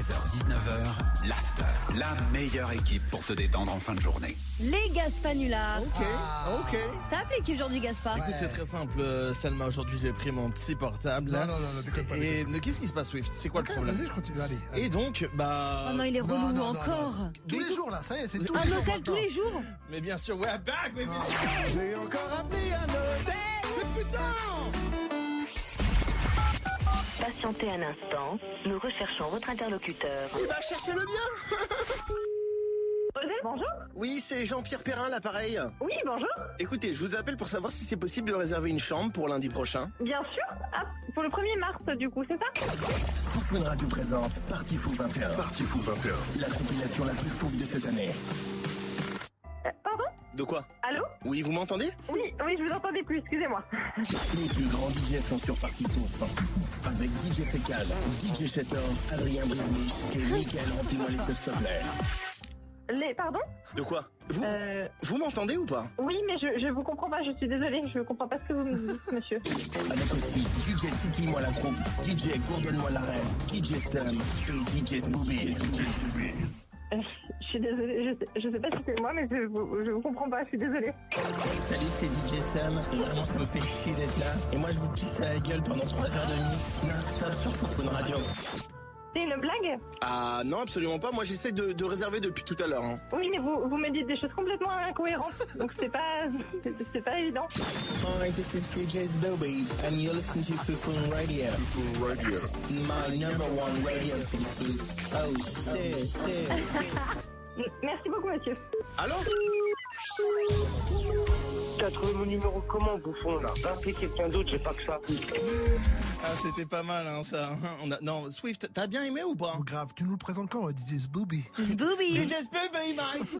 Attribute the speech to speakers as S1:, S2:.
S1: 16h-19h, l'after. La meilleure équipe pour te détendre en fin de journée.
S2: Les Gaspanulas.
S3: Ok, ok.
S2: T'as appelé qui aujourd'hui, Gaspard
S4: Écoute, c'est très simple, euh, Salma. Aujourd'hui, j'ai pris mon petit portable.
S3: Non, non, non, non, déconne pas.
S4: et
S3: déconne
S4: ne- qu'est-ce qui se passe, Swift C'est quoi
S3: pas.
S4: le
S3: Ok,
S4: problème
S3: Vas-y, je continue. Allez. allez.
S4: Et donc, bah.
S2: Oh non, il est
S3: Non,
S2: relou
S3: non, non, non.
S2: encore.
S3: Tous les jours là, ça y est, c'est tous
S2: Un
S3: les jours.
S2: hôtel tous les jours
S4: Mais bien sûr, we're back, baby. J'ai encore appelé un hôtel. Mais putain
S5: Patientez un instant, nous recherchons votre interlocuteur.
S3: Ah.
S4: Il va chercher le bien.
S6: Bonjour.
S4: Oui, c'est Jean-Pierre Perrin, l'appareil.
S6: Oui, bonjour.
S4: Écoutez, je vous appelle pour savoir si c'est possible de réserver une chambre pour lundi prochain.
S6: Bien sûr. Ah, pour le 1er mars, du coup, c'est ça
S7: Fun Radio présente Party Fou 21. Party Fou 21. La compilation la plus fou de cette année.
S6: Pardon
S4: De quoi
S6: Allô
S4: Oui, vous m'entendez
S6: Oui, oui, je vous entendais plus, excusez-moi.
S7: Les plus grands DJ sont sur Party Fou. Avec DJ Fécal, DJ Setter, Adrien Brismich et Michael Remplis-moi les sauces, s'il te plaît.
S6: Les, pardon
S4: De quoi Vous
S6: Euh,
S4: vous m'entendez ou pas
S6: oui, mais je, je vous comprends pas, je suis désolée, je comprends pas ce que vous me dites, monsieur.
S7: Avec aussi DJ Tiki-moi la croupe, DJ Gourdonne-moi la reine, DJ Sam et DJ Scooby.
S6: Euh, je suis désolée, je sais, je sais pas si c'est moi, mais je vous, je vous comprends pas, je suis désolée.
S7: Salut, c'est DJ Sam. Vraiment, ça me fait chier d'être là. Et moi, je vous pisse à la gueule pendant 3 heures de mix non-stop sur Fun Radio.
S6: C'est une blague
S4: Ah non, absolument pas. Moi, j'essaie de, de réserver depuis tout à l'heure. hein.
S6: Oui, mais vous, vous me dites des choses complètement incohérentes, donc c'est pas, c'est- c'est pas évident.
S7: Hi, this is DJ's Bobby, and you're listening to Fufun Radio. My number one radio for the food. Oh, shit, shit.
S6: M- Merci beaucoup, monsieur.
S4: Allô
S8: T'as trouvé mon numéro comment, bouffon, là Va appeler quelqu'un d'autre, j'ai pas que ça.
S4: Ah, c'était pas mal, hein, ça. On a- Non, Swift, t'as bien aimé ou pas
S3: Oh, grave, tu nous le présentes quand, DJ Booby
S2: Zbooby
S4: DJ Spade, baby, bye.